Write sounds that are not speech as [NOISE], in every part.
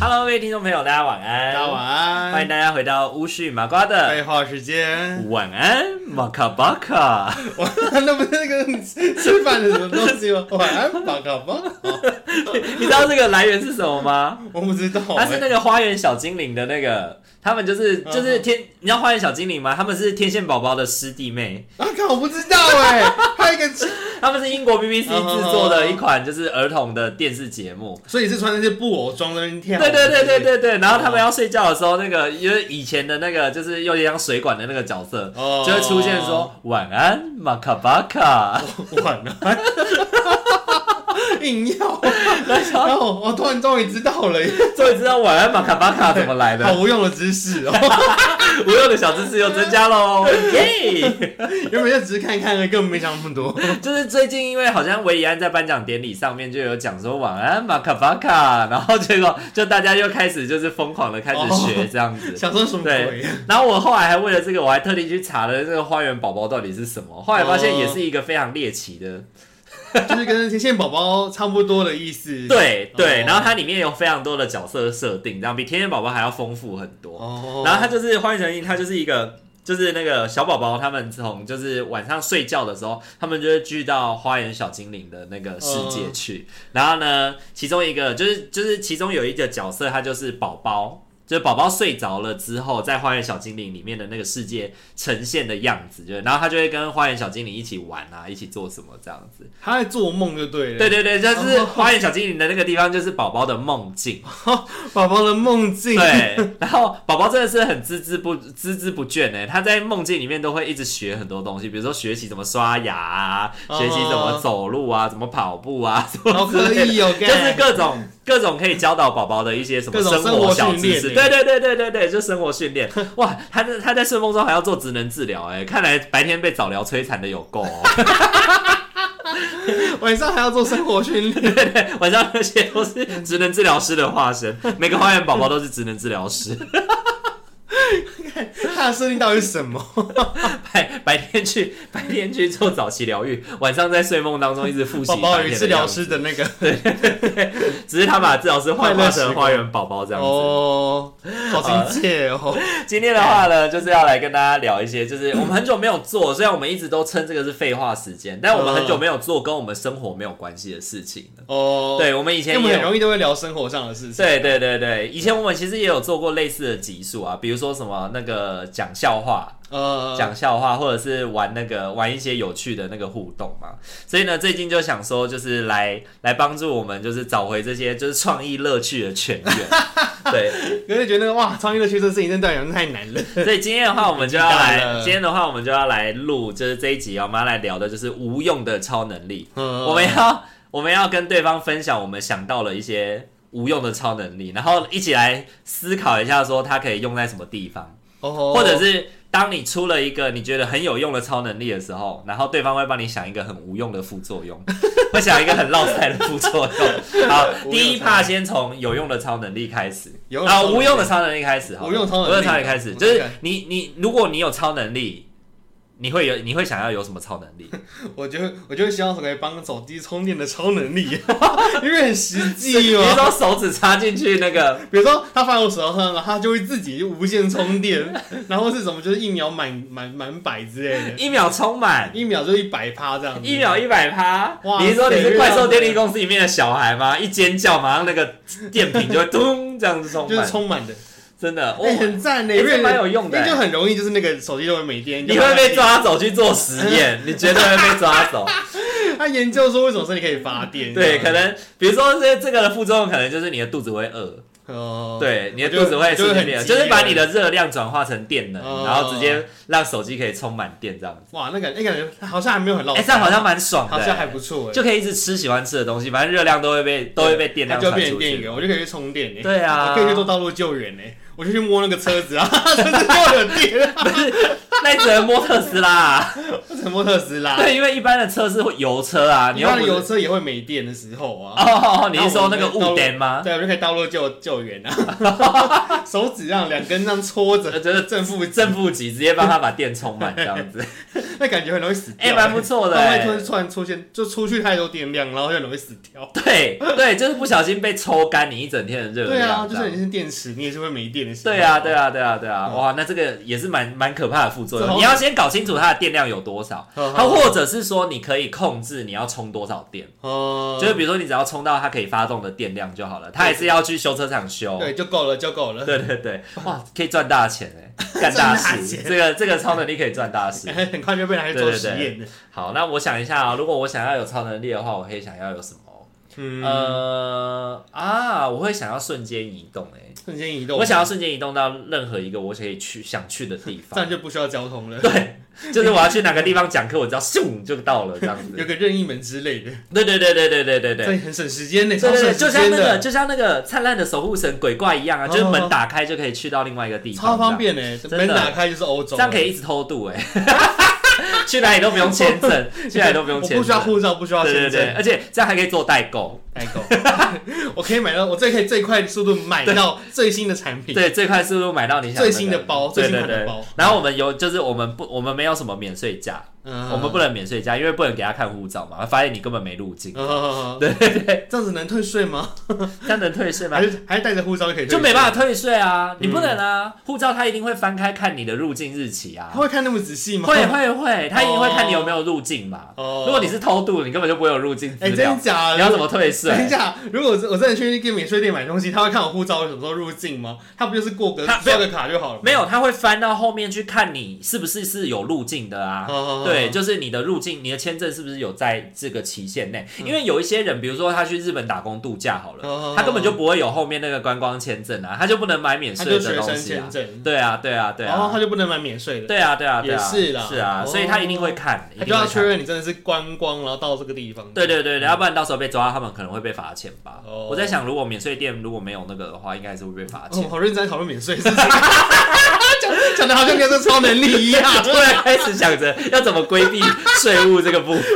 Hello，各位听众朋友，大家晚安，大家晚欢迎安。哎大家回到巫师与麻瓜的废话时间， [LAUGHS] 晚安，马卡巴卡。我那不是那个吃饭的什么东西吗？晚安，巴卡巴。你知道这个来源是什么吗？哦我不知道、它是那欸。个花园小精灵的那个，他们就是嗯就是天，你知道花园小精灵吗？他们是天线宝宝的师弟妹，啊，靠，我不知道哎、 [LAUGHS] 还有一个吃，他们是英国 BBC 嗯制作的一款就是儿童的电视节目。所以你是穿那些布偶装在那边跳舞。对对对对对对，然后哦他们要睡觉的时候，那个因为以前的那个就是有点像水管的那个角色，哦就会出现说晚安马卡巴卡，对，晚安。 [LAUGHS] 硬要，然后我突然终于知道了耶， [LAUGHS] 终于知道晚安马卡巴卡怎么来好的，无用的知识哦。 [LAUGHS] 无用的小知识又增加喽，耶！原本就只是看看而已，根本没想那么多。就是最近因为好像维里安在颁奖典礼上面就有讲说晚安马卡巴卡，然后结果 [LAUGHS] 就大家又开始就是疯狂的开始学哦这样子，想说什么鬼？然后我后来还为了这个，我还特地去查了这个花园宝宝到底是什么，后来发现也是一个非常猎奇的，就是跟天线宝宝差不多的意思。，对对，哦然后它里面有非常多的角色设定，这样比天线宝宝还要丰富很多。哦，然后它就是花园神印，它就是一个。就是那个小宝宝，他们从就是晚上睡觉的时候，他们就会聚到花园小精灵的那个世界去。哦然后呢，其中一个就是就是其中有一个角色，他就是宝宝，就是宝宝睡着了之后，在花园小精灵里面的那个世界呈现的样子，就是然后他就会跟花园小精灵一起玩啊，一起做什么这样子。他在做梦就对了。对，对对，哦就是花园小精灵的那个地方，就是宝宝的梦境。宝宝的梦境。，对，然后宝宝真的是很孜孜不孜孜不倦呢，他在梦境里面都会一直学很多东西，比如说学习怎么刷牙啊，哦学习怎么走路啊，怎么跑步啊，什好么之可类的。以哦，就是干各种各种可以教导宝宝的一些什么各种生活活小训知练识，欸对对对对对对，就生活训练。哇，他在他在睡梦中还要做职能治疗，哎，看来白天被早疗摧残的有够、哦。晚上还要做生活 [LAUGHS] 训练。对对，晚上那些都是嗯职能治疗师的化身，每个花园宝宝都是职能治疗师。 [LAUGHS] 他的设定到底是什么？白白天去白天去做早期疗愈，晚上在睡梦当中一直复习宝宝白与天治的疗样子。师的 [LAUGHS] 那个只是他把治疗师幻快化乐时成光花园宝宝这样子。哦，好亲切哦。今天的话呢，就是要来跟大家聊一些，就是我们很久没有做，虽然我们一直都称这个是废话时间，但我们很久没有做跟我们生活没有关系的事情了。哦，，对，我们以因前为我也们很有容易都会聊生活上的事情。对对对对，以前我们其实也有做过类似的集数啊，比如说什么那个讲笑话，呃，讲笑话，或者是玩那个玩一些有趣的那个互动嘛。所以呢，最近就想说，就是来来帮助我们，就是找回这些就是创意乐趣的泉源。对，有点觉得哇，创业乐趣这事情真的太难了。所以今天的话，我们就要来知道，了今天的话，我们就要来录，就是这一集我们要来聊的就是无用的超能力。 [LAUGHS] 我我们要我们要跟对方分享我们想到了一些无用的超能力，然后一起来思考一下，说它可以用在什么地方。哦，或者是当你出了一个你觉得很有用的超能力的时候，然后对方会帮你想一个很无用的副作用， [LAUGHS] 会想一个很落塞的副作用。好， [LAUGHS] 无用的超能力第一怕先从有用的超能力开始，有用的啊，超能力无用的超能力开始，好了，无用超能力无用超能力开始，就是 OK 你你，如果你有超能力，你会有你会想要有什么超能力？我就我就希望可以帮手机充电的超能力， [LAUGHS] 因为很实 [LAUGHS] 际比如嘛。说手指插进去那个，比如说它放在我手上，然后它就会自己无限 [LAUGHS] 充电，然后是什么就是一秒满满满百之类的，一秒充满，一秒就一百趴这样子。一秒一百趴。哇你是说你是怪兽电力公司里面的小孩吗？一尖叫，马上那个电瓶就会咚这样子充就是满，充满的，真的，哎、哦，很赞的，也因是为蛮有用的因为就很容易就是那个手机就会每天你会被，抓走去做实验，你绝对会被抓走。 [LAUGHS] 他研究说为什么身体可以发电，对，你可知道吗能比如说这这个的副作用，可能就是你的肚子会饿，哦，对，你的我就肚子会就瞬很间变饿，饥就是把你的饿热量转化成电能，哦然后直接让手机可以充满电这样子。哇，那哎感那感觉好像还没有很浪哎、费，这样好像蛮爽的、哦好像还不错哎，就可以一直吃喜欢吃的东西，反正热量都会被都会被电量它就传变成出电去。 [LAUGHS] 源，我就可以去充电哎，对啊我可以去做道路救援哎，我就去摸那个车子啊， [LAUGHS] 车子就有电，那你只能摸特斯拉、啊，[LAUGHS] 我只能摸特斯拉，对，因为一般的车是会油车啊，你你又看不是油车也会没电的时候啊，哦，你然是说后那我们个雾电吗？对，我就可以道路救救援啊， [LAUGHS] 手指让两根这样戳呃，着， [LAUGHS] 就是正负正，正负极直接帮他把电充满这样 [LAUGHS] 子，那感觉很容易死掉哎、蛮不错的、它欸会突。然突然出现，就出去太多电量，然后就很容易死掉。对对，就是不小心被抽干你一整天的热对啊，量。就这是样你是电池，你也是会没电的时候。对啊，对啊，对啊，对啊！嗯哇，那这个也是蛮蛮可怕的副作这用。好你要先搞清楚它的电量有多少，好它好或者是说你可以控制你要充多少电，哦，就是比如说你只要充到它可以发动的电量就好了。它也是要去修车厂修。对，就够了，就够了。对对对，哇，可以赚大钱 [LAUGHS] 哎，干大赚大事！钱这个这个超能力可以赚大事。 [LAUGHS] 很快就被拿去做实验的。好，那我想一下啊，如果我想要有超能力的话，我会想要有什么？嗯，呃啊，我会想要瞬间移动哎、瞬间移动，我想要瞬间移动到任何一个我可以去想去的地这样方。就不需要交通了。 [LAUGHS] 对，就是我要去哪个地方讲课，我只要咻就到了这样子有。个任意门之类的，对对对对对对对对。这很省时间呢，对超对对，省就时像间那个，的，就像那个灿烂的守护神鬼怪一样啊，就是哦门打开就可以去到另外一个地方，超方，便呢。的门打开就是欧这洲欸了，样可以一直偷渡哎， [LAUGHS] 去哪里都不用签 [LAUGHS] 证，去哪里都不用我签不需要证，护照，不需要对对签对，证，而且这样还可以做代购， [LAUGHS] 代购。 [LAUGHS] 我可以买到，我最可以最快速度买到最新的产品。对，最快速度买到你想嗯最新的包对对最新款对的包。然后我们有，就是我们不，我们没有什么免税价，嗯，我们不能免税价，因为不能给他看护照嘛，发现你根本没入境，嗯。对对对，这样子能退税吗？这样能退税吗还？是还嗯是带着护照就可以退税？就没办法退税啊，你不能啊，护照他一定会翻开看你的入境日期啊他，会看那么仔细吗？会。哎会会，他一定会看你有没有入境嘛。哦，如果你是偷渡，你根本就不会有入境资哎、料真，假？你要怎么退税？等一下，如果我我真的去一个免税店买东西，他会看我护照什么时候入境吗？他不就是过个他刷个卡就好了吗？没有，他会翻到后面去看你是不是是有入境的啊。哦对，就是你的入境，你的签证是不是有在这个期限内？因为有一些人，比如说他去日本打工度假好了嗯哦，他根本就不会有后面那个观光签证啊，他就不能买免他税就的学东生西啊签。证，对啊，对啊，对然后啊哦他，就不能买免税的，对啊，对啊，对啊，也是啦是啊，哦所以他一定会看，一他定就要会确看。认你真的是观光，然后到这个地方。对对对，对要不然到时候被抓，他们可能会被罚钱吧。哦我在想，如果免税店如果没有那个的话，应该还是会被罚哦，我们钱。好认真在讨论免 [LAUGHS] 税的事情，讲讲的好像你是超能力一样。突然开始想着要怎么规避税务这个部分。 [LAUGHS]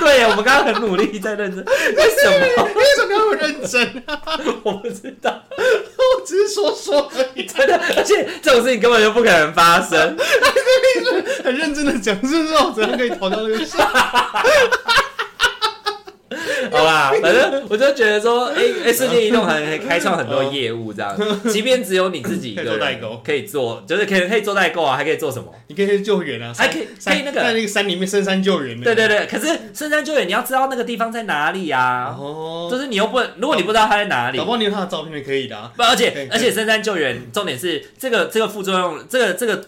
对呀，我们刚刚很努力在认真，为什么？ [LAUGHS] 为什么要那么认真 [LAUGHS] 啊？我不知道。我只是说说而已，真的，而且这种事情根本就不可能发生。很认真的讲，是说我怎样可以逃到那个税。好吧，反正我就觉得说，哎、哎、世界移动好像可以开创很多业务这样，即便只有你自己一个可以做代人购可以做，就是可以可以做代购 [LAUGHS] 啊，还可以做什么？你可以去救援啊，还可以山可以那个在那个山里面深山救援的。对对对，可是深山救援你要知道那个地方在哪里啊，哦，就是你又不能，如果你不知道它在哪里搞不。好你有他的照片也可以的、 [LAUGHS] 啊。不，而可以且可以而且深山救援，重点是这个这个副作用，这个这个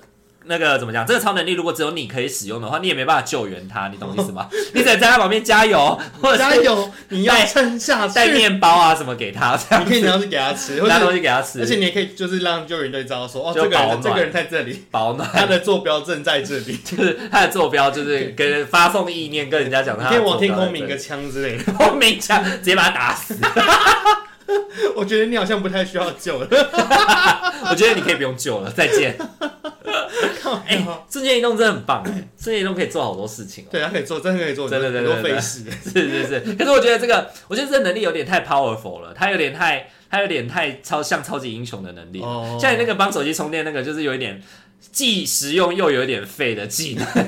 那个怎么讲？这个超能力如果只有你可以使用的话，你也没办法救援它，你懂意思吗？你只能在它旁边加油，或者是加油，你要带撑下带去。面包啊什么给他，这样你可以拿去给他吃，[LAUGHS] 或拿东者西给他吃，而且你也可以就是让救援队知道说，哦，就这个保暖人这个人在这里， [LAUGHS] 保暖，他的坐标正在这里。就是他的坐标就是跟发送意念跟人家讲你 [LAUGHS] 他可的坐以标往在这里，天空鸣个枪之类的。 [LAUGHS] 空鸣枪，直接把他打死。我觉得你好像不太需要救了。我觉得你可以不用救了，再 [LAUGHS] 见。哎、嗯瞬间移动真的很棒哎、瞬间移动可以做好多事情哦、对，他可以做，真的可以做对对对很对 [LAUGHS] 多费事。是是是，可是我觉得这个，我觉得这个能力有点太 powerful 了，它有点太，它有点太超像超级英雄的能力了。哦像你那个帮手机充电那个，就是有一点既实用又有点废的技能，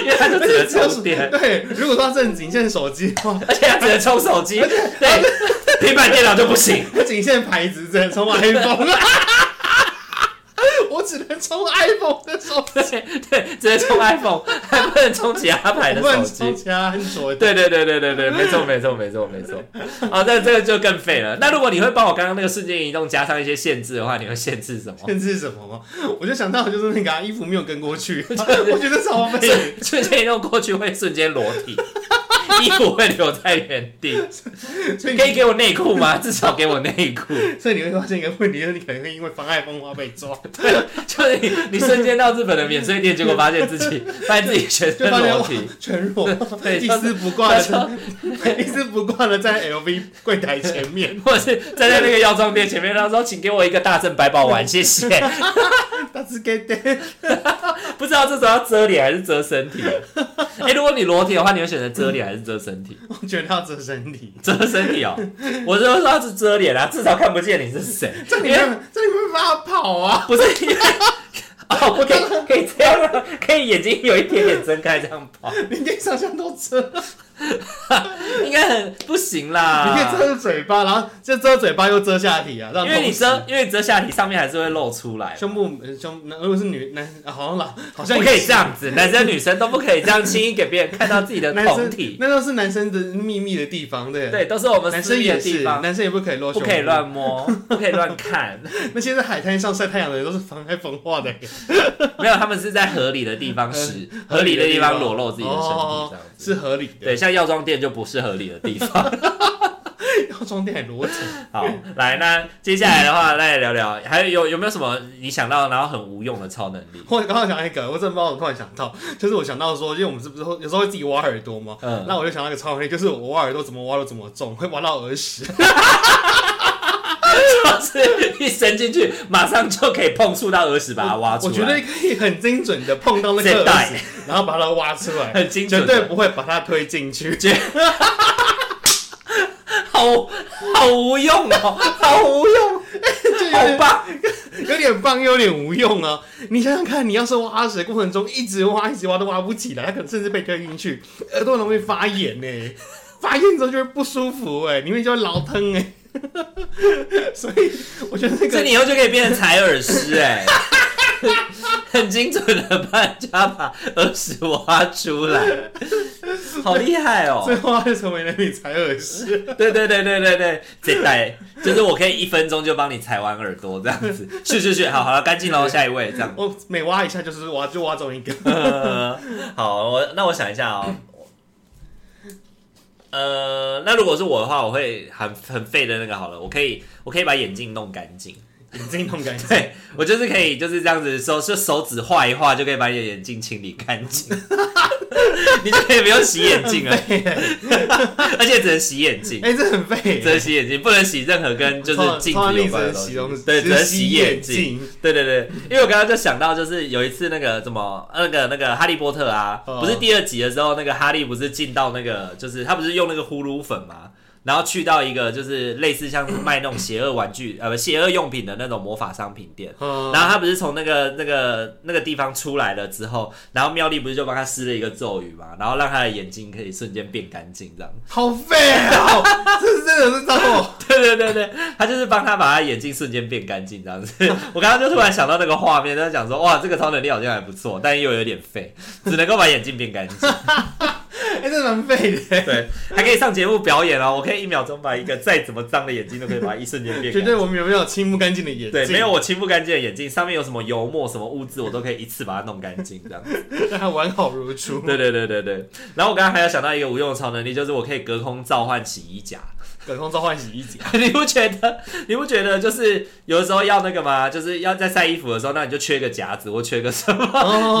[LAUGHS] 因为它就只能充电， [LAUGHS] 对，如果说它正仅限手机的话，而且它只能充手机，对，平板电脑就不行。不仅限牌子，只能充 iPhone。我只能充 iPhone 的手机，对对，只能充 iPhone，还不能充其他牌的我不手能机充。其他安卓的。对对对对对 [LAUGHS] 对，没错没错没错没错。啊，那这个就更废了。那如果你会帮我刚刚那个瞬间移动加上一些限制的话，你会限制什么？甚至是什么吗？我就想到就是那个、啊、衣服没有跟 [LAUGHS] 过去，我觉得超废。瞬间移动过去会瞬间裸体，衣服会留在原地。所以可以给我内裤吗？至少给我内裤。 [LAUGHS] 你，所以你会发现一个问题，就是你可能会因为妨碍风化被抓，就是你，你瞬间到日本的免税店，结果发现自己发现自己全就身发现裸哇体，全裸，对一丝不挂他的说在，一丝不挂的在 LV 柜台前面，或者是站在那个药妆店前面，他说：“请给我一个大正百宝丸，谢谢。 [LAUGHS] 他是给的，”不知道这时候要遮脸还是遮身体。哎、如果你裸体的话，你会选择遮脸还是遮身体？我觉得他要遮身体。遮身体哦，我就说是遮脸啊，至少看不见你是谁。这里因为面这里面没办法跑啊！ [LAUGHS] 不是因为。哦，可以可以这样啊，可以眼睛有一点点睁开这样跑，你可以上下都遮，你应该很不行啦。可以遮住嘴巴，然后就遮嘴巴又遮下体啊，让因为你同时遮，因为你遮下体上面还是会露出 [LAUGHS] 来，胸部呃胸，那如果是女男，啊好像老好像不可以这样子，男生女生都不可以这样轻易给别人看到自己的男胴 [LAUGHS] 生体，那都是男生的秘密的地方，对。对，都是我们男私生密的也地是，方，男生也不可以露不胸，可以。乱 [LAUGHS] 摸，不可以乱看，那些在海滩上晒太阳的人都是妨碍风化的，没有，他们是在合理的地方使 [LAUGHS] 合理的地方裸露自己的身体，这样哦子。是合理的。对，像药妆店就不是合理的地方。 [LAUGHS] 要装电裸体，好，来，那接下来的话，来聊聊，还有有有没有什么你想到然后很无用的超能 [LAUGHS] 力？我刚刚想一个，我真的不知道，我突然想到，就是我想到说，因为我们是不是会有时候会自己挖耳朵吗？嗯那我就想到一个超能力，就是我挖耳朵怎么挖都怎么中，会挖到 [LAUGHS] 耳屎。就是一伸进去，马上就可以碰触到耳屎，把它挖出我来。觉得可以很精准的碰到那再个耳带屎，然后把它挖出来，很精准绝的对不会把它推 [LAUGHS] 进去。好好无用哦，好无用， [LAUGHS] 就有好点棒！有点棒，又有点无用啊！你想想看，你要是挖屎的过程中一直挖，一直挖都挖不起来，它可能甚至被推进去，耳朵容易发炎呢、发炎之后就会不舒服哎、里面就会老疼哎、 [LAUGHS] 所以我觉得那这个你以后就可以变成采耳师哎、 [LAUGHS] 很精准的帮人家把耳屎挖出来，好厉害哦！最后它就成为了你采耳屎， [LAUGHS] 对对对对对对，这代就是我可以一分钟就帮你采完耳朵这样子，去去去，好好了，干净喽，下一位这样。我每挖一下就是挖就挖中一 [LAUGHS] 个，呃好，我那我想一下哦。呃，那如果是我的话，我会很很废的那个好了，我可以我可以把眼镜弄干净。眼睛痛感觉。对我就是可以就是这样子手就手指画一画就可以把你的眼镜清理干净，你就可以不用洗眼镜了，而且只能洗眼镜，哎、这很废、只能洗眼镜，不能洗任何跟就是镜超子能力有只关的能东西洗东西，对，只能洗洗眼镜。镜。对对对，因为我刚刚就想到，就是有一次那个什么，呃那个那个哈利波特啊，嗯不是第二集的时候，那个哈利不是进到那个，就是他不是用那个呼噜粉嘛，然后去到一个就是类似像是卖那种邪恶玩具呃不邪恶用品的那种魔法商品店。嗯然后他不是从那个那个那个地方出来了之后，然后妙丽不是就帮他施了一个咒语嘛，然后让他的眼睛可以瞬间变干净这样。好废哦！ [LAUGHS] 这真的是糟糕。 [LAUGHS] 对对对对，他就是帮他把他眼睛瞬间变干净这样子。 [LAUGHS] 我刚刚就突然想到那个画面，在讲说，哇，这个超能力好像还不错，但又有点废， [LAUGHS] 只能够把眼睛变干净。哎、这蛮废的、 [LAUGHS] 对，还可以上节目表演哦，我可以一秒钟把一个再怎么脏的眼睛都可以把它一瞬间变绝干对净。我们有没有清不干净的眼睛？对，没有，我清不干净的眼睛，上面有什么油墨、什么污渍，我都可以一次把它弄干净，这样。让它完好如初。对对对对对。然后我刚刚还有想到一个无用的超能力，就是我可以隔空召唤洗衣夹。隔空召唤洗衣机， [LAUGHS] 你不觉得？你不觉得就是有的时候要那个吗？就是要在晒衣服的时候，那你就缺个夹子或缺个什么，哦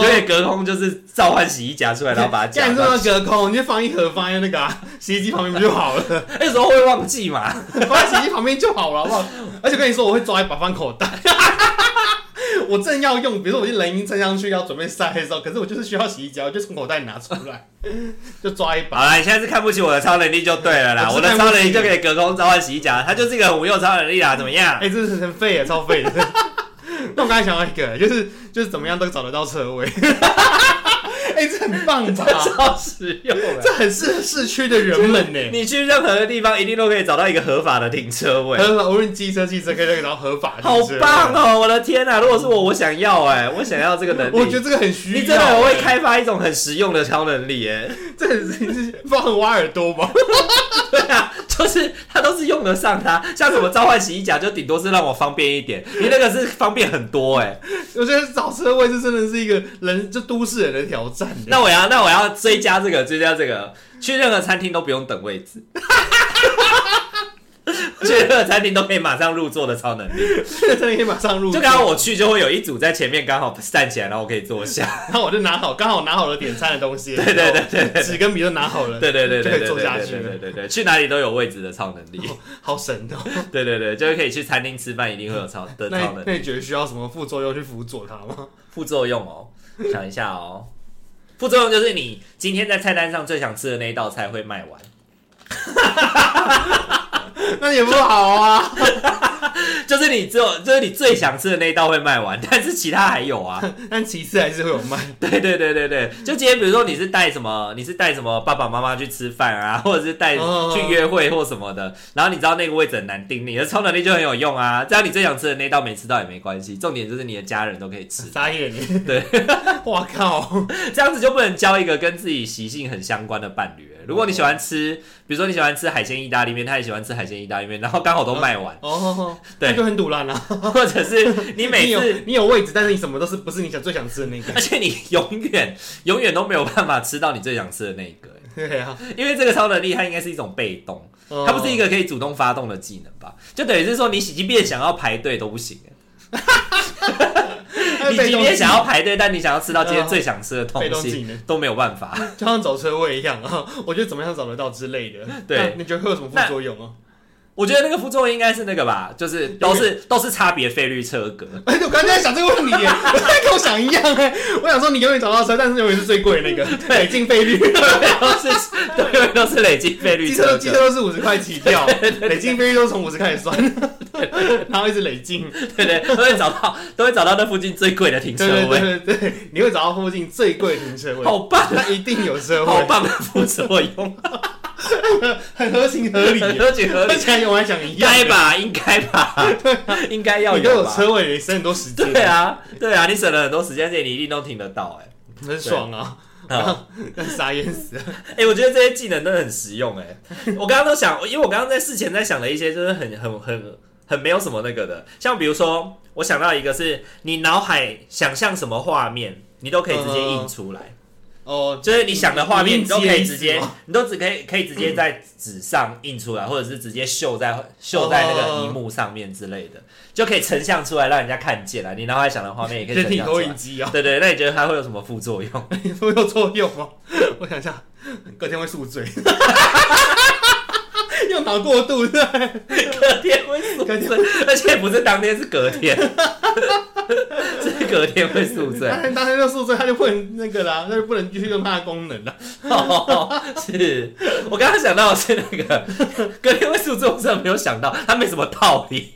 [LAUGHS] 你就可以隔空就是召唤洗衣夹出来，然后把它夹干你这上。么隔空，你就放一盒放在那个、啊、洗衣机旁边不就好了？ [LAUGHS] 那时候会忘记嘛？ [LAUGHS] 放在洗衣机旁边就好了，好不好？而且跟你说，我会抓一把放口袋。 [LAUGHS] 我正要用，比如说我去人已经撑上去要准备晒的时候，可是我就是需要洗衣机，我就从口袋里拿出来，就抓一好把。啦，你现在是看不起我的超能力就对了啦，我我是的看不起超能力就哎可以隔空召唤洗衣夹，它就是一个很无用的超能力啦，怎么样？哎、这是很废啊，超废的。 [LAUGHS] 那我刚才想到一个，就是就是怎么样都找得到车位。 [LAUGHS] 哎、这很棒吧？ [LAUGHS] 超实用的。这很适合市区的人们呢。你去任何的地方，一定都可以找到一个合法的停车位，合法，无论机车、汽车，可以找到合法的。好是不是棒！哦！我的天哪、如果是我，我想要哎、我想要这个能力。我觉得这个很需要。欸你真的很会，开发一种很实用的超能力哎、这很是不知道很挖耳朵吗？ [LAUGHS] 对啊，就是它都是用得上它，像什么召唤洗衣甲，就顶多是让我方便一点。你那个是方便很多哎、我觉得找车位这真的是一个人，就都市人的挑战。那我要，那我要追加这个，追加这个，去任何餐厅都不用等位置。 [LAUGHS] 去任何餐厅都可以马上入座的超能力， [LAUGHS] 真的可以马上入座。就刚刚我去就会有一组在前面刚好站起来，然后我可以坐下。然后我就拿好，刚好拿好了点餐的东 [LAUGHS] 西，对对对对对纸跟笔都拿好了，对对对嗯就对对可以对坐下对去对了对，对对，去哪里都有位置的超能 [LAUGHS] 力。好神哦！ [LAUGHS] 对对对，就是可以去餐厅吃饭，一定会有超的那超你能那力。你觉得需要什么副作用去辅佐它吗？ [LAUGHS] 副作用哦，想一下哦，副作用就是你今天在菜单上最想吃的那一道菜会卖完，那也不好啊，就是你只有就是你最想吃的那一道会卖完，但是其他还有 [LAUGHS] 啊。但其次还是会有 [LAUGHS] 卖。对对对对对，就今天比如说你是带什么，你是带什么爸爸妈妈去吃饭啊， [LAUGHS] 或者是带哦去约会或什么的，然后你知道那个位置很难定，你的超能力就很有用啊。这样你最想吃的那道没吃到也没关系，重点就是你的家人都可以吃，傻眼耶！对， [LAUGHS] 哇靠，这样子就不能交一个跟自己习性很相关的伴侣。如果你喜欢吃，比如说你喜欢吃海鲜意大利面，他也喜欢吃海鲜意大利面，然后刚好都卖完，哦，对那就很堵烂啊！或者是你每你有次，你有位置，但是你什么都是不是你想最想吃的那个？ [LAUGHS] 而且你永远永远都没有办法吃到你最想吃的那一个，对啊，哦因为这个超能力它应该是一种被动。它不是一个个可以主动发动的技能吧？就等于是说，你即便想要排队都不行。欸你即便想要排队，但你想要吃到今天最想吃的东被动技西能，都没有办法。 [LAUGHS] 就像找车位一样啊， [LAUGHS] 我觉得怎么样找得到之类的。对那你觉得会有什么副作用哦？我觉得那个副作用应该是那个吧，就是都是都是差别费率车格。 [LAUGHS] 哎，我刚才在想这个问题耶，我在跟我想一样哎，我想说你永远找到车，但是永远是最贵的 [LAUGHS] 那个，累进费率，都是对，都是累积费率机车车机车格，都是五十块起 [LAUGHS] 跳，累进费率都是从五十开始 [LAUGHS] 算，然后一直累 [LAUGHS] 进，对对，都会找到，都会找到那附近最贵的停车对对位，对对对，你会找到附近最贵的停车位，好棒啊，它一定有车好位，棒的副作用，很合情合理耶，啊合情合而理，且还跟我还想一应样，该吧，应该吧，应该要你都有有吧。车位，你省很多时间，对，啊，对啊，你省了很多时间，而且你一定都听得到、欸，很爽啊， [LAUGHS] 好，但傻眼死了，哎、我觉得这些技能真的很实用、欸，我刚刚都想，因为我刚刚在事前在想了一些，就是很很很很没有什么那个的，像比如说，我想到一个是你脑海想象什么画面，你都可以直接嗯印出来，哦，就是你想的画面，你你都可以直你印接记吗，你都只可以可以直接在纸上印出来，或者是直接绣在绣在那个荧幕上面之类的，就可以成像出来，让人家看见啊了。你脑海想的画面也可以人成体像出投来影。机 [LAUGHS] 啊，对对，那你觉得它会有什么副作用？会有作用吗？ [LAUGHS] 我想一下，隔天会宿醉， [LAUGHS] 用脑过度对不对，隔天会宿隔天醉，而且不是当天，是隔天， [LAUGHS] 是隔天会宿醉。当天当天就宿醉，他就不能那个啦，他就不能继续用他的功能了。哦、是我刚刚想到的是那个隔天会宿醉，我真的没有想到，它没什么道理，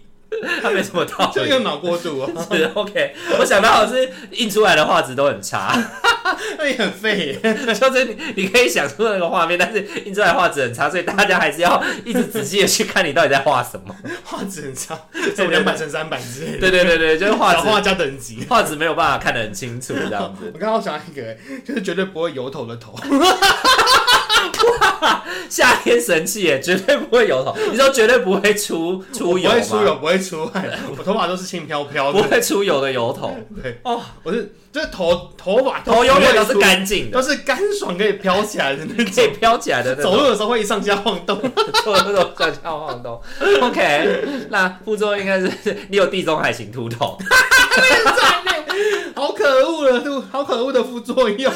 它没什么道就理。用脑过度哦，是 [LAUGHS] OK，我想到的是印出来的画质都很差， [LAUGHS] [LAUGHS] 那也很废耶。就是你你可以想出那个画面，但是印出来的画质很差，所以大家还是要一直仔细的去看你到底在画什么。画质很差，什么两百乘三百之类 [LAUGHS] 的，对对对对，就是画小 [LAUGHS] 质画家等级。画质没有办法看得很清楚这样子我。刚刚想到一个，就是绝对不会油头的 [LAUGHS] 头，夏天神器耶，绝对不会油头。你说绝对不会出 [LAUGHS] 出油吗不会出油，，不会出汗，我头发都是轻飘飘不的。会出油的油头。对，哦，我是就是头头发都头永远都不是会出，啊干净都的，是干爽可以飘起来的那可以种。飘起来的那走种，路的时候会上下晃动， [LAUGHS] 做 [LAUGHS] 那种转向晃动。OK，那副作用应该是你有地中海型秃头，好可恶的都好可恶的副作 [LAUGHS] 用。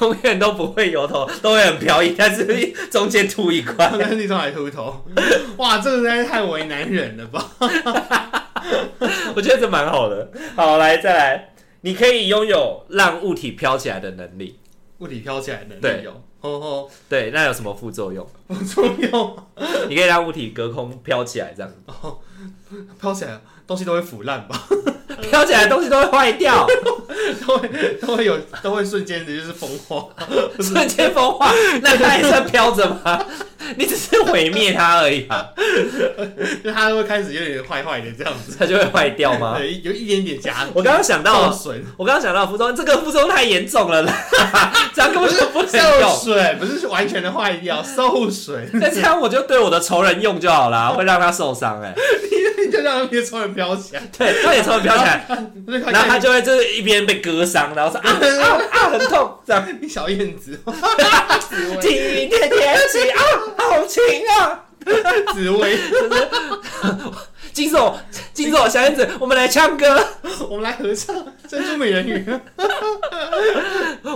永远都不会油头，都会很飘逸，但是中间秃一块躺。在地上还秃头，哇，这个实在是太为难人了吧？我觉得这蛮好的。好，来再来，你可以拥有让物体飘起来的能力。物理飘起来的能对力有，哦吼，对，那有什么副作用？不重要，你可以让物体隔空飘起来，这样飘起来东西都会腐烂吧， [LAUGHS] 飘起来的东西都会坏掉，都会都会有都会瞬间的就是风化，瞬间风化，那它也算飘着吗？ [LAUGHS] 你只是毁灭它而已啊，就它会开始有点坏坏的这样子，它就会坏掉吗？对，有一点点夹，我刚刚想到造，损，我刚刚想到服装，这个服装太严重了啦， [LAUGHS] 这样根本就不能受用。损不是完全的坏掉，受损， [LAUGHS] 那这样我 [LAUGHS] 就对我的仇人用就好啦，会让他受伤哎、你就让那些超人飘起来，对，让你仇人飘起来， [LAUGHS] 然然后他就会就是一边被割伤，然后 [LAUGHS] 说啊啊啊很痛，这样你小燕子， [LAUGHS] 紫薇，听雨天天气啊好晴啊，紫薇， [LAUGHS] 金总金总小燕子，我们来唱歌。我们来合唱《珍珠美人鱼》。 [LAUGHS]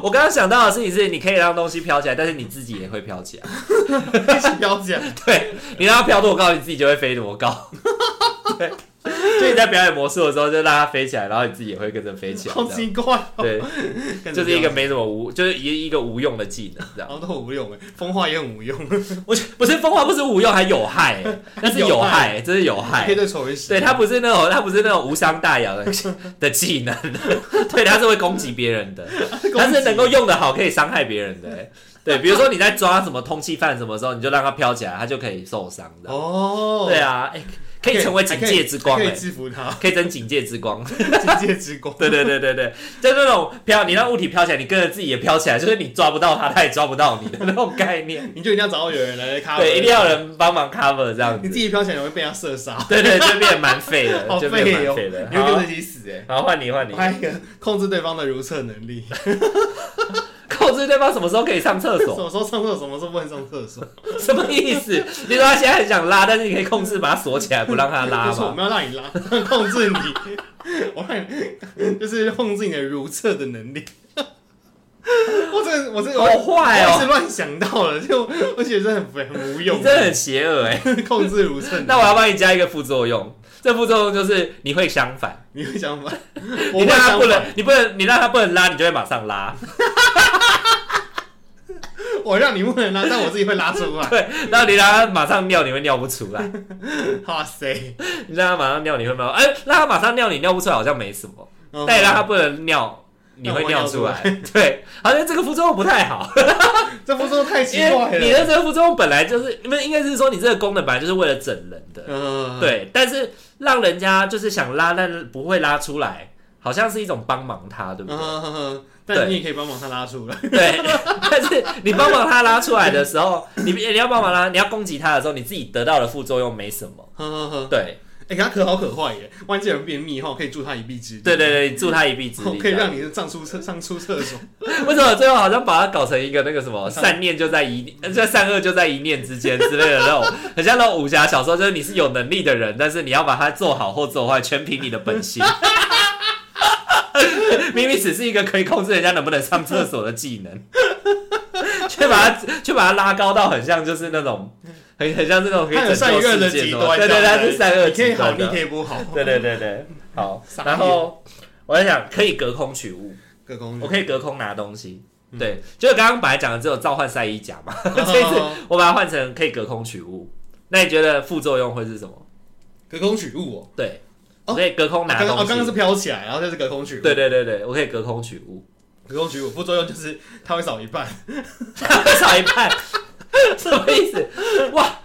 我刚刚想到的事情是，你可以让东西飘起来，但是你自己也会飘起来。 [LAUGHS] 一起飙起来，对，你让它飘多高，你自己就会飞多高。 [LAUGHS] 对，所以你在表演魔术的时候，就让它飞起来，然后你自己也会跟着飞起来。好这样奇 [LAUGHS] 怪哦！对，跟就着是一个飙，没什么无，就是一一个无用的技能这样。然后都很无用哎，风化也很 [LAUGHS] 无用，我不是风化，不是无用，还有害、 [LAUGHS] 欸，那是有害、欸，这是有害可以。对仇人使对，它不是那种，它不是那种无伤大 [LAUGHS] 雅的的技能， [LAUGHS] 对，它是会攻击别人 [LAUGHS] 的，它是能够用的好，可以伤害别人的欸、 [LAUGHS] 对，比如说你在抓什么通缉犯什么时候，你就让它飘起来，它就可以受伤的。 [LAUGHS] 哦，对，啊，哎、可以成为警戒之光、还欸，可以制服他， [LAUGHS] 可以增警戒之光。 [LAUGHS] 警戒之光，对对对对对，就那种飘，你让物体飘起来，你跟着自己也飘起来，就是你抓不到它，它也抓不到你的那种概念。你就一定要找到有人来 cover，对，一定要有人帮忙 cover 这样你自子。己飘起来容易被他射杀， [LAUGHS] 对对，就变得蛮废好的，就变废得哦蛮废的，。你会跟好着，一起死哎。好，换你换你我，还有一个控制对方的如厕能力，控制对方什么时候可以上厕什所，么时候上厕所，什么时候不能上厕所。什么意思？你说他现在很想拉，但是你可以控制把它锁起来，不让他拉就是我嘛？们要让你拉， [LAUGHS] 控制你， [LAUGHS] 我让你 [LAUGHS] 就是控制你的如厕的能力。 [LAUGHS] 我这我这好坏我一直哦，乱想到了，就我觉得真的很很无用，你真的很邪恶 [LAUGHS] 哎。很控制如厕。那我要帮你加一个副作用，这副作用就是你会相反。你 [LAUGHS] 会想法，你我会让他想不法能，，你不能，你让他不能拉，你就会马上拉。我让你不能拉，但我自己会拉出 [LAUGHS] 来。对，然后你让他马上尿，你会尿不出来；哇塞，你让他马上尿，你会尿。哎、让他马上尿，你尿不出来好像没什么，嗯但你让他不能尿，你会尿出来。 [LAUGHS] 对，好像这个副作用不太好，这不说 [LAUGHS] 太奇因为怪你了。的这个副作用本来就是，因为应该是说你这个功能本来就是为了整人的。嗯，对，但是让人家就是想拉，但是不会拉出来，好像是一种帮忙他，对不嗯，对？嗯，但你也可以帮忙他拉出来。 [LAUGHS] 对， [LAUGHS] 但是你帮忙他拉出来的时候，你你要帮忙他，你要攻击他的时候，你自己得到的副作用没什么。呵呵呵，对，呃哎，可他可好可坏耶，万一这人便秘后，可以助他一臂之力。对对对，助他一臂之 [LAUGHS] 哦，力。可以让你上出厕上出厕所。 [LAUGHS] 为什么最后好像把它搞成一个那个什嗯么善念就在一，呃这善恶就在一念之间之类的那 [LAUGHS] 种，很像那种武侠小说，就是你是有能力的人，但是你要把它做好或做坏，全凭你的本性。 [LAUGHS] 明明只是一个可以控制人家能不能上厕所的技能，却把它却把它拉高到很像就是那种很很像这种可以它有拯善与救恶的世极界的端，对对，它它是善恶你可以极好，端你可的，以不好。对对对对，好傻。眼然后我在想，可以隔空取物。各公我寓，可以隔空拿东西。嗯对，就是刚刚本来讲的只有召唤晒衣甲 [LAUGHS] 嘛， [LAUGHS] 这一次我把它换成可以隔空取物。那你觉得副作用会是什么？隔空取物哦。对，我哦可以隔空拿刚东刚哦，刚刚西。是飘起来，然后这是隔空取物。对，对对对，我可以隔空取物， [LAUGHS] 隔空取物副作用就是它会少一半，少一半，什么意思？哇，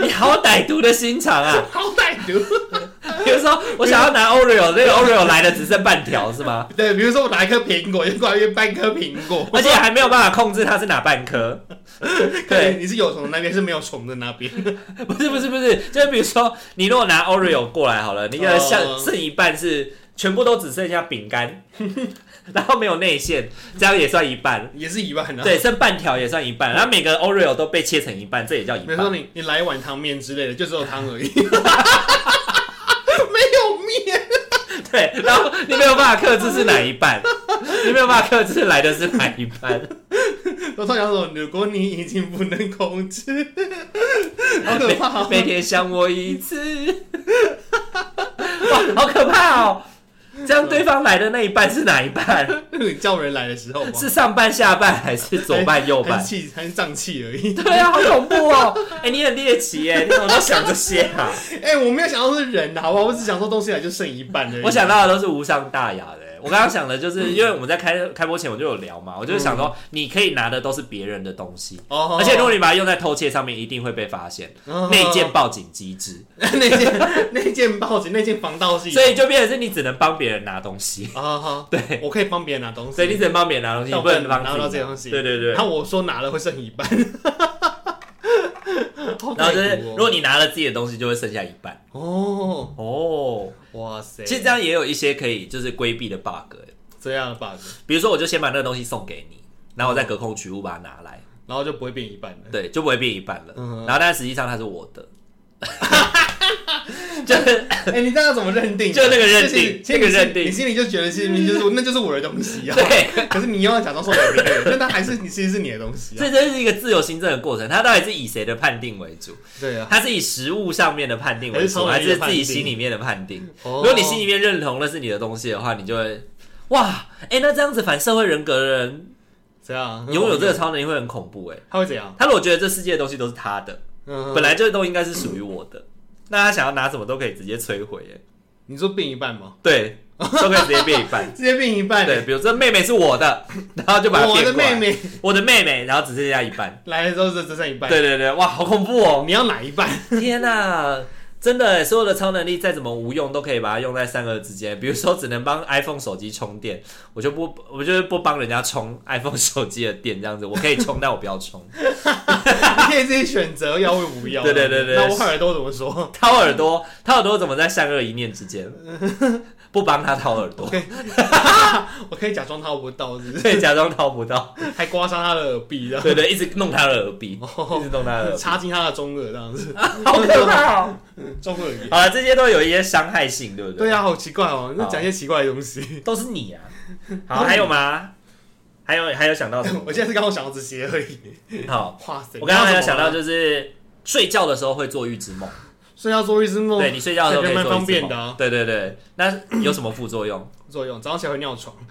你好歹毒的心肠啊！好歹毒。比如说，我想要拿 Oreo，那个 Oreo 来的只剩半条是吗？ [LAUGHS] 对，比如说我拿一颗苹果，就挂约半颗苹果，而且还没有办法控制它是哪半颗。 [LAUGHS] 可对能，你是有虫的那边，是没有虫的那边。不是不是不是，就是比如说，你如果拿 Oreo 过来好了，你的哦剩剩一半是全部都只剩下饼干， [LAUGHS] 然后没有内馅，这样也算一半。也是一半啊的。对，剩半条也算一半，然后每个 Oreo 都被切成一半，这也叫一比如半。说你你来一碗汤面之类的，就只有汤而已， [LAUGHS] 没有面。对，然后你没有办法克制是哪一半，你没有办法克制来的是哪一半，我通常说，如果你已经不能控制， [LAUGHS] 好 [LAUGHS] 可怕、哦。 [LAUGHS] 每天想我一次，哇，好可怕哦！这样对方来的那一半是哪一半？你叫人来的时候吗？是上半下半还是左半右还半是？气还是胀气而已。 [LAUGHS] 对啊，好恐怖哦！ [LAUGHS] 哎、你很猎奇哎，你怎么都想这些 [LAUGHS] 啊？哎、我没有想到是人啊的，好不好？我只想说东西来就剩一半而已。哦我想到的都是无伤大雅的欸。我刚刚想的嗯就是，因为我们在开开播前我就有聊嘛，我就是想说，你可以拿的都是别人的东西，哦，而且如果你把它用在偷窃上面，一定会被发现。哦内 [LAUGHS] 建报警机制，那件那件报纸那件防盗系统，所以就变成是你只能帮别人拿东西， [LAUGHS] 啊哈，对，我可以帮别人拿东西，所以你只能帮别人拿东西，但你不我能帮拿自到己拿这些东西，对对对然。后我说拿了会剩一半， [LAUGHS] 好然后就是，恐怖哦如果你拿了自己的东西，就会剩下一半。哦，哦，哇塞，其实这样也有一些可以就是规避的 bug，欸这样的 bug，比如说我就先把那个东西送给你，然后我再隔空取物把它拿来，然后就不会变一半了。对，就不会变一半了。嗯然后但实际上它是我 [LAUGHS] 的，就是哎，你这样怎么认定啊？就那个认定是其实那个你心认定你心里就觉得其实就是 [LAUGHS] 那就是我的东西啊。对， [LAUGHS] 可是你又要假装说我的别人，但它还是你其实是你的东西啊。这真是一个自由行政的过程。它到底是以谁的判定为主？对啊，它是以实物上面的判定为主，还还是是哎从自你己的判定哦心里面的判定？如如果你心里面认同那是你的东西的话，你就会哇，哎、那这样子反社会人格的人这样拥有这个，超能力会很恐怖哎、他会怎样？他如果觉得这世界的东西都是他的，嗯，本来就都应该是属于我的，那他想要拿什么都可以直接摧毁哎、你说变一半吗？对，都可以直接变一半。直接变一半。 [LAUGHS] 欸对，，比如说妹妹是我 [LAUGHS] 的，然后就把它我变的过来妹，妹我的妹妹，然后只剩下一半。来的时候只只剩一半。，对对对，哇，好恐怖哦！你要哪 [LAUGHS] 一半？天哪、真的耶，所有的超能力再怎么无用，都可以把它用在善恶之间。比如说，只能帮 iPhone 手机充电，我就不，我就是不帮人家充 iPhone 手机的电，这样子我可以 [LAUGHS] 充，但我不要充。你可以自己选择要或不要。对对对对那我耳朵怎么说？掏耳朵，掏耳朵怎么在善恶一念之 [LAUGHS] 间？不帮他掏耳朵，我可以假装他不到，是不 [LAUGHS] 是？对，假装掏不到。还刮伤他的耳鼻，这 [LAUGHS] 样对对，一直弄他的耳鼻，一直弄他的耳鼻，插进他的中耳，这样子，好哦可怕哦！中耳炎。 [LAUGHS] 好了，这些都有一些伤害性，对不对？对啊，好奇怪哦，那好讲一些奇怪的东西。都是你 [LAUGHS] 啊。好，还有吗？还有还有想到什 [LAUGHS] 么？我现在是刚好想到这些而已。 [LAUGHS] 好，哇塞！我刚刚还有想到就就是睡觉的时候会做预知梦，睡觉做一只梦，对你睡觉的时候可以做哦蛮预知方梦便的啊对对对，那有什么副作 [COUGHS] 用？作用，早上起来会尿床。 [LAUGHS]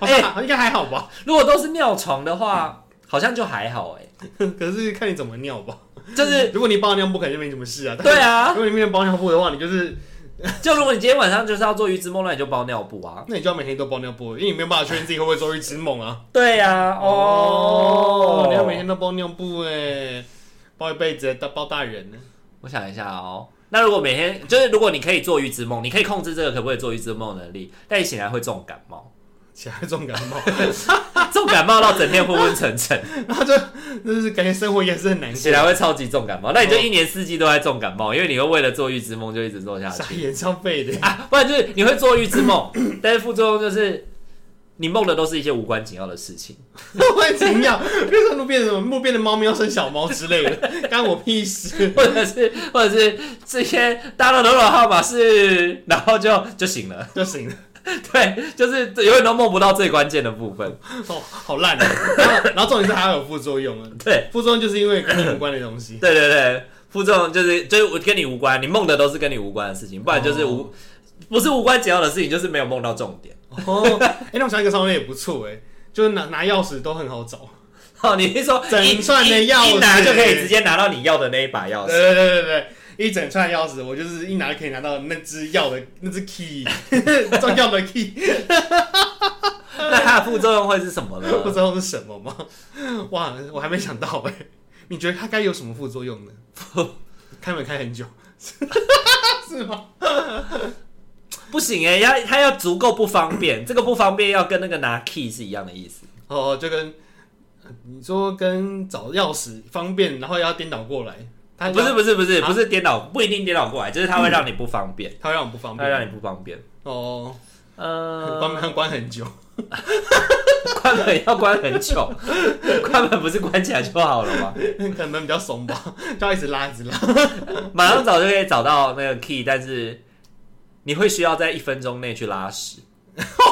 哎哎，应该还好吧？ [LAUGHS] 如果都是尿床的话，好像就还好哎、可是看你怎么尿吧。就是如果你包尿布，肯定没什么事啊。但对啊如，果你没有包尿布的话，你就是就如果你今天晚上就是要做预知梦，那你就包尿布啊。那你就要每天都包尿布，因为你没有办法确认自己会不会做一只梦啊。对呀、 [LAUGHS] 哦，你要每天都包尿布哎，包一辈子，大包大人呢。我想一下哦。那如果每天就是，如果你可以做预知梦，你可以控制这个可不可以做预知梦的能力，但你显然会重感冒，起来重感冒， [LAUGHS] 重感冒到整天昏昏沉沉，然后就就是感觉生活也是很难起过。来会超级重感冒。那你就一年四季都在重感冒，因为你会为了做预知梦就一直做下去傻眼消费的，啊。不然就是你会做预知梦，但是副作用就是你梦的都是一些无关紧要的事情。 [LAUGHS] 我很惊讶，为什么路边的什么路边的猫咪要生小猫之类 [LAUGHS] 的，干我屁事？或者是或者是这些大家都懂的号码是，然后就就醒了。就行了，对，就是永远都梦不到最关键的部分。 [LAUGHS] 哦，好烂啊！然后然后重点是还有副作用啊，对，副作用就是因为跟你无关的东 [LAUGHS] 西，对对对，负重就是就是我跟你无关，你梦的都是跟你无关的事情，不然就是无、不是无关紧要的事情，就是没有梦到重点。哦，哎、那我想一个商业也不错哎、就是拿拿钥匙都很好找。哦，你是说整一串的一钥匙一拿就可以直接拿到你要的那一把钥匙？ [LAUGHS] 对对对对对，一整串钥匙，我就是一拿可以拿到那只药的那只 key，重 [LAUGHS] 要的 key， [LAUGHS] 那它的副作用会是什么 [LAUGHS] 呢？不知道是什么吗？哇，我还没想到哎、你觉得它该有什么副作 [LAUGHS] 用呢？开门开很久，是吗？不行哎、要它要足够不方便，这个不方便要跟那个拿 key 是一样的意思。哦，就跟呃你说跟找钥匙方便，然后要颠倒过来，它不是不是，是不是啊嗯不是颠倒，不一定颠倒过来，就是它会让你不方便，它会让我不方它会让便。你不方便。哦，呃，关门关 [LAUGHS] 很久，关门要关很久， [LAUGHS] 关门不是关起来就好了吗？可能门比较松 [LAUGHS] 吧，就要一直拉一直拉。马上找就可以找到那个 key，但是你会需要在一分钟内去拉屎。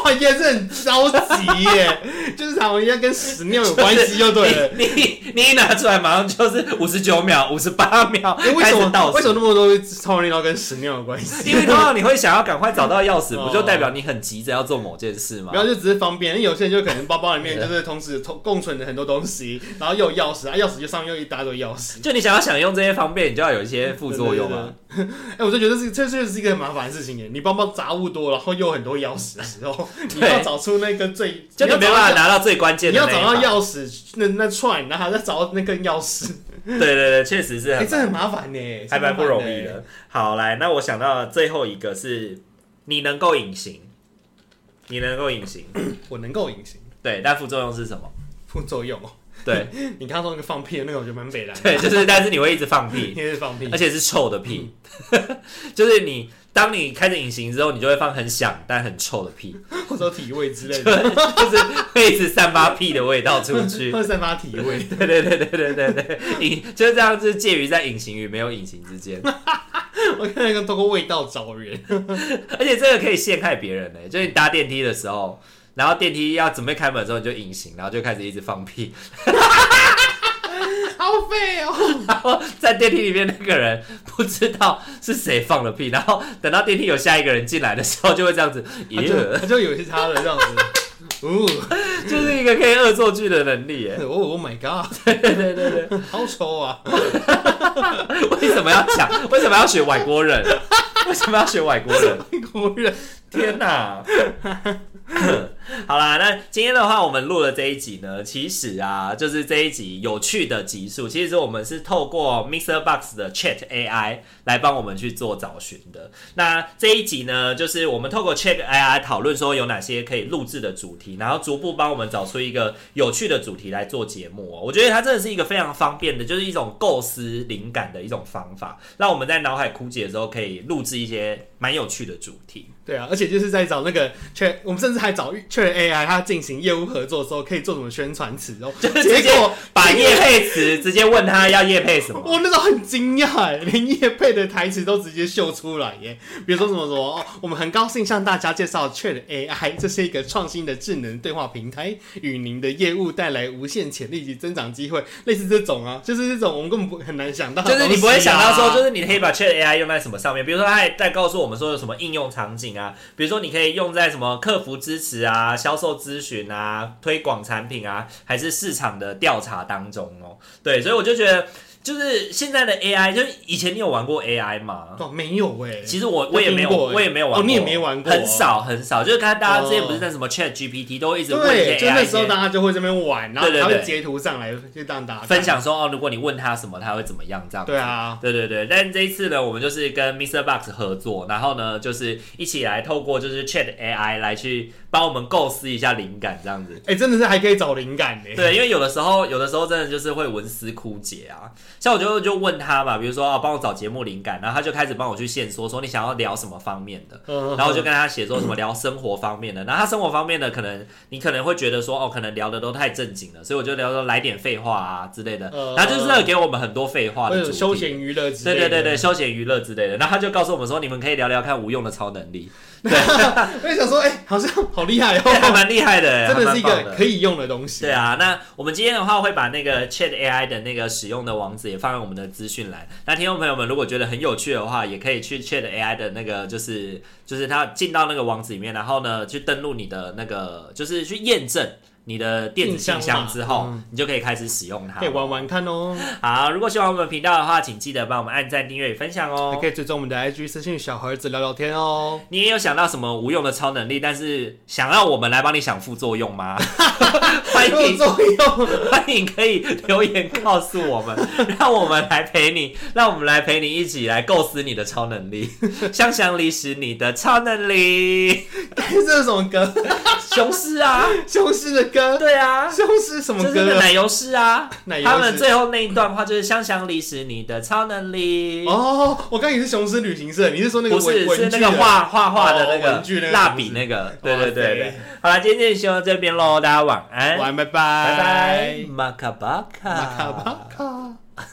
哇，也是很着急耶， [LAUGHS] 就是常常要跟屎尿有关系就对了。你你你一拿出来，马上就是五十九秒、五十八秒，哎、为开什始么倒为什数。么那么多超人要跟屎尿有 [LAUGHS] 关系？因为通常你会想要赶快找到钥匙， [LAUGHS] 哦不就代表你很急着要做某件事吗然？后就只是方便，因为有些人就可能包包里 [LAUGHS] 面就是同时同共存的很多东西，然后又有钥匙啊，钥匙就上面又一大堆钥匙。就你想要享用这些方便，你就要有一些副作用啊。哎、我就觉得这这就是一个很麻烦的事情耶。你包包杂物多，然后又有很多钥匙的时候，你要找出那个最，就你要没找办法到，拿到最关键你的要那找一到把。钥匙那那串，然后再找到那根钥匙，对对对，确实是哎、 [LAUGHS] 很这很麻烦呢，还蛮不容易的。的。好，来，那我想到最后一个是你能够隐形，你能够隐形，我能够隐形，对，但副作用是什么？ [LAUGHS] 副作用哦。对你刚刚说那个放屁的那个，我觉得蛮北蓝的，对，就是但是你会一直放屁，天天放屁而。且是臭的屁， [LAUGHS] 就是你当你开始隐形之后，你就会放很响但很臭的屁，或者有体味之类就的，是会一直散发屁的味道出去。 [LAUGHS] 会散发体味。对对对对对对对，隐就是这样，就是介于在隐形与没有隐形之间，我看那个通过味道找人，而且这个可以陷害别人呢、欸就是你搭电梯的时候。然后电梯要准备开门的时候，你就隐形，然后就开始一直放屁。好废哦！然后在电梯里面那个人不知道是谁放了屁，然后等到电梯有下一个人进来的时候， [LAUGHS] 就会这样子，他 [LAUGHS] 耶、就他就有些他的这样子。哦 [LAUGHS] [LAUGHS] 就是一个可以恶作剧的能力耶。哦 oh my god，对对对对，好丑啊！ [LAUGHS] [LAUGHS] 为什么要讲？为什么要学外国人？ [LAUGHS] 为什么要学外国人？外国人 [LAUGHS] 天哪！好啦，那今天的话，我们录了这一集呢，其实啊，就是这一集有趣的集数，其实我们是透过 Mixer Box 的 Chat AI 来帮我们去做找寻的。那这一集呢，就是我们透过 Chat AI 讨论说有哪些可以录制的主题，然后逐步帮我们找出一个有趣的主题来做节目哦。我觉得它真的是一个非常方便的，就是一种构思灵感的一种方法，让我们在脑海枯竭的时候可以录制一些蛮有趣的主题。对啊，而且就是在找那个确，我们甚至还找确 AI，它进行业务合作的时候可以做什么宣传词哦。 [LAUGHS] 就是直结接果把业叶配词直接问他要叶配什么。我那时候很惊讶哎，连叶配的台词都直接秀出来耶！比如说什么什么，哦、我们很高兴向大家介绍 Chat AI，这是一个创新的智能对话平台，与您的业务带来无限潜力及增长机会。类似这种啊，就是这种我们根本不很难想到、。就是你不会想到说，就是是你可以把 Chat AI 用在什么上面？比如说，他还在告诉我们说有什么应用场景啊，比如说你可以用在什么客服支持啊、销售咨询啊、推广产品啊，还是市场的调查当中哦。对，所以我就觉得，就是现在的 AI，就是以前你有玩过 AI 吗？哦，没有哎、其实我我也没有，没听过欸我也没有玩过，哦你也没玩过很少很少。就是看大家之前不是在什么 Chat GPT 都会一直问一些对，就 AI 那一时些候大家就会这边玩，然后对对他对会截图上来就让大家看分。享说哦，如果你问他什么，他会怎么样这样子。对啊，对对对，但这一次呢，我们就是跟 Mr. Box 合作，然后呢，就是一起来透过就是 Chat AI 来去帮我们构思一下灵感这样子。哎、真的是还可以找灵感呢、 [LAUGHS] 对，因为有的时候，有的时候真的就是会文思枯竭啊。像我就就问他嘛，比如说啊，帮我找节目灵感，然后他就开始帮我去线索，说你想要聊什么方面的，嗯，然后我就跟他写说什么聊生活方面的，然后他生活方面的可能你可能会觉得说哦，可能聊的都太正经了，所以我就聊说来点废话啊之类的，呃然后就是真的给我们很多废话会的有主题休闲娱乐之对类的。对对对，休闲娱乐之类的。然后他就告诉我们说，你们可以聊聊看无用的超能力， [LAUGHS] 我也想说，哎、好像好厉害哦、对还蛮厉害的， [LAUGHS] 欸真的是一还蛮个棒可以用的东西。对，啊，那我们今天的话会把那个 Chat AI 的那个使用的网址也放在我们的资讯栏。那听众朋友们如果觉得很有趣的话，也可以去 Chat AI 的那个，就是就是它进到那个网址里面，然后呢去登录你的那个，就是去验证你的电子信信箱箱嘛之后，嗯你就可以开始使用它可以。玩玩看哦、好，如果喜欢我们频道的话，请记得帮我们按赞、订阅与分享哦。还可以追踪我们的 IG 私信小盒子聊聊天哦、你也有想到什么无用的超能力，但是想让我们来帮你想副作用 [LAUGHS] 吗？ [LAUGHS] 欢没有迎作用， [LAUGHS] 欢迎可以留言告诉我们， [LAUGHS] 让我们来陪你，让我们来陪你一起来构思你的超能力， [LAUGHS] 香香历史你的超能 [LAUGHS] 力，哎这是什么歌？雄狮啊，雄狮的歌，对啊。雄狮什么这是歌个啊？奶油师啊，奶油师他们最后那一段话就是“香香历史你的超能力”，哦，我刚以为是雄狮旅行社，你是说那个不文是文具是的那个画画画的那哦文具那个个蜡笔那个，对对对哇对塞。好了，今天就先到这边喽，大家晚安。晚安，拜拜拜拜，，马卡巴卡，马卡巴卡。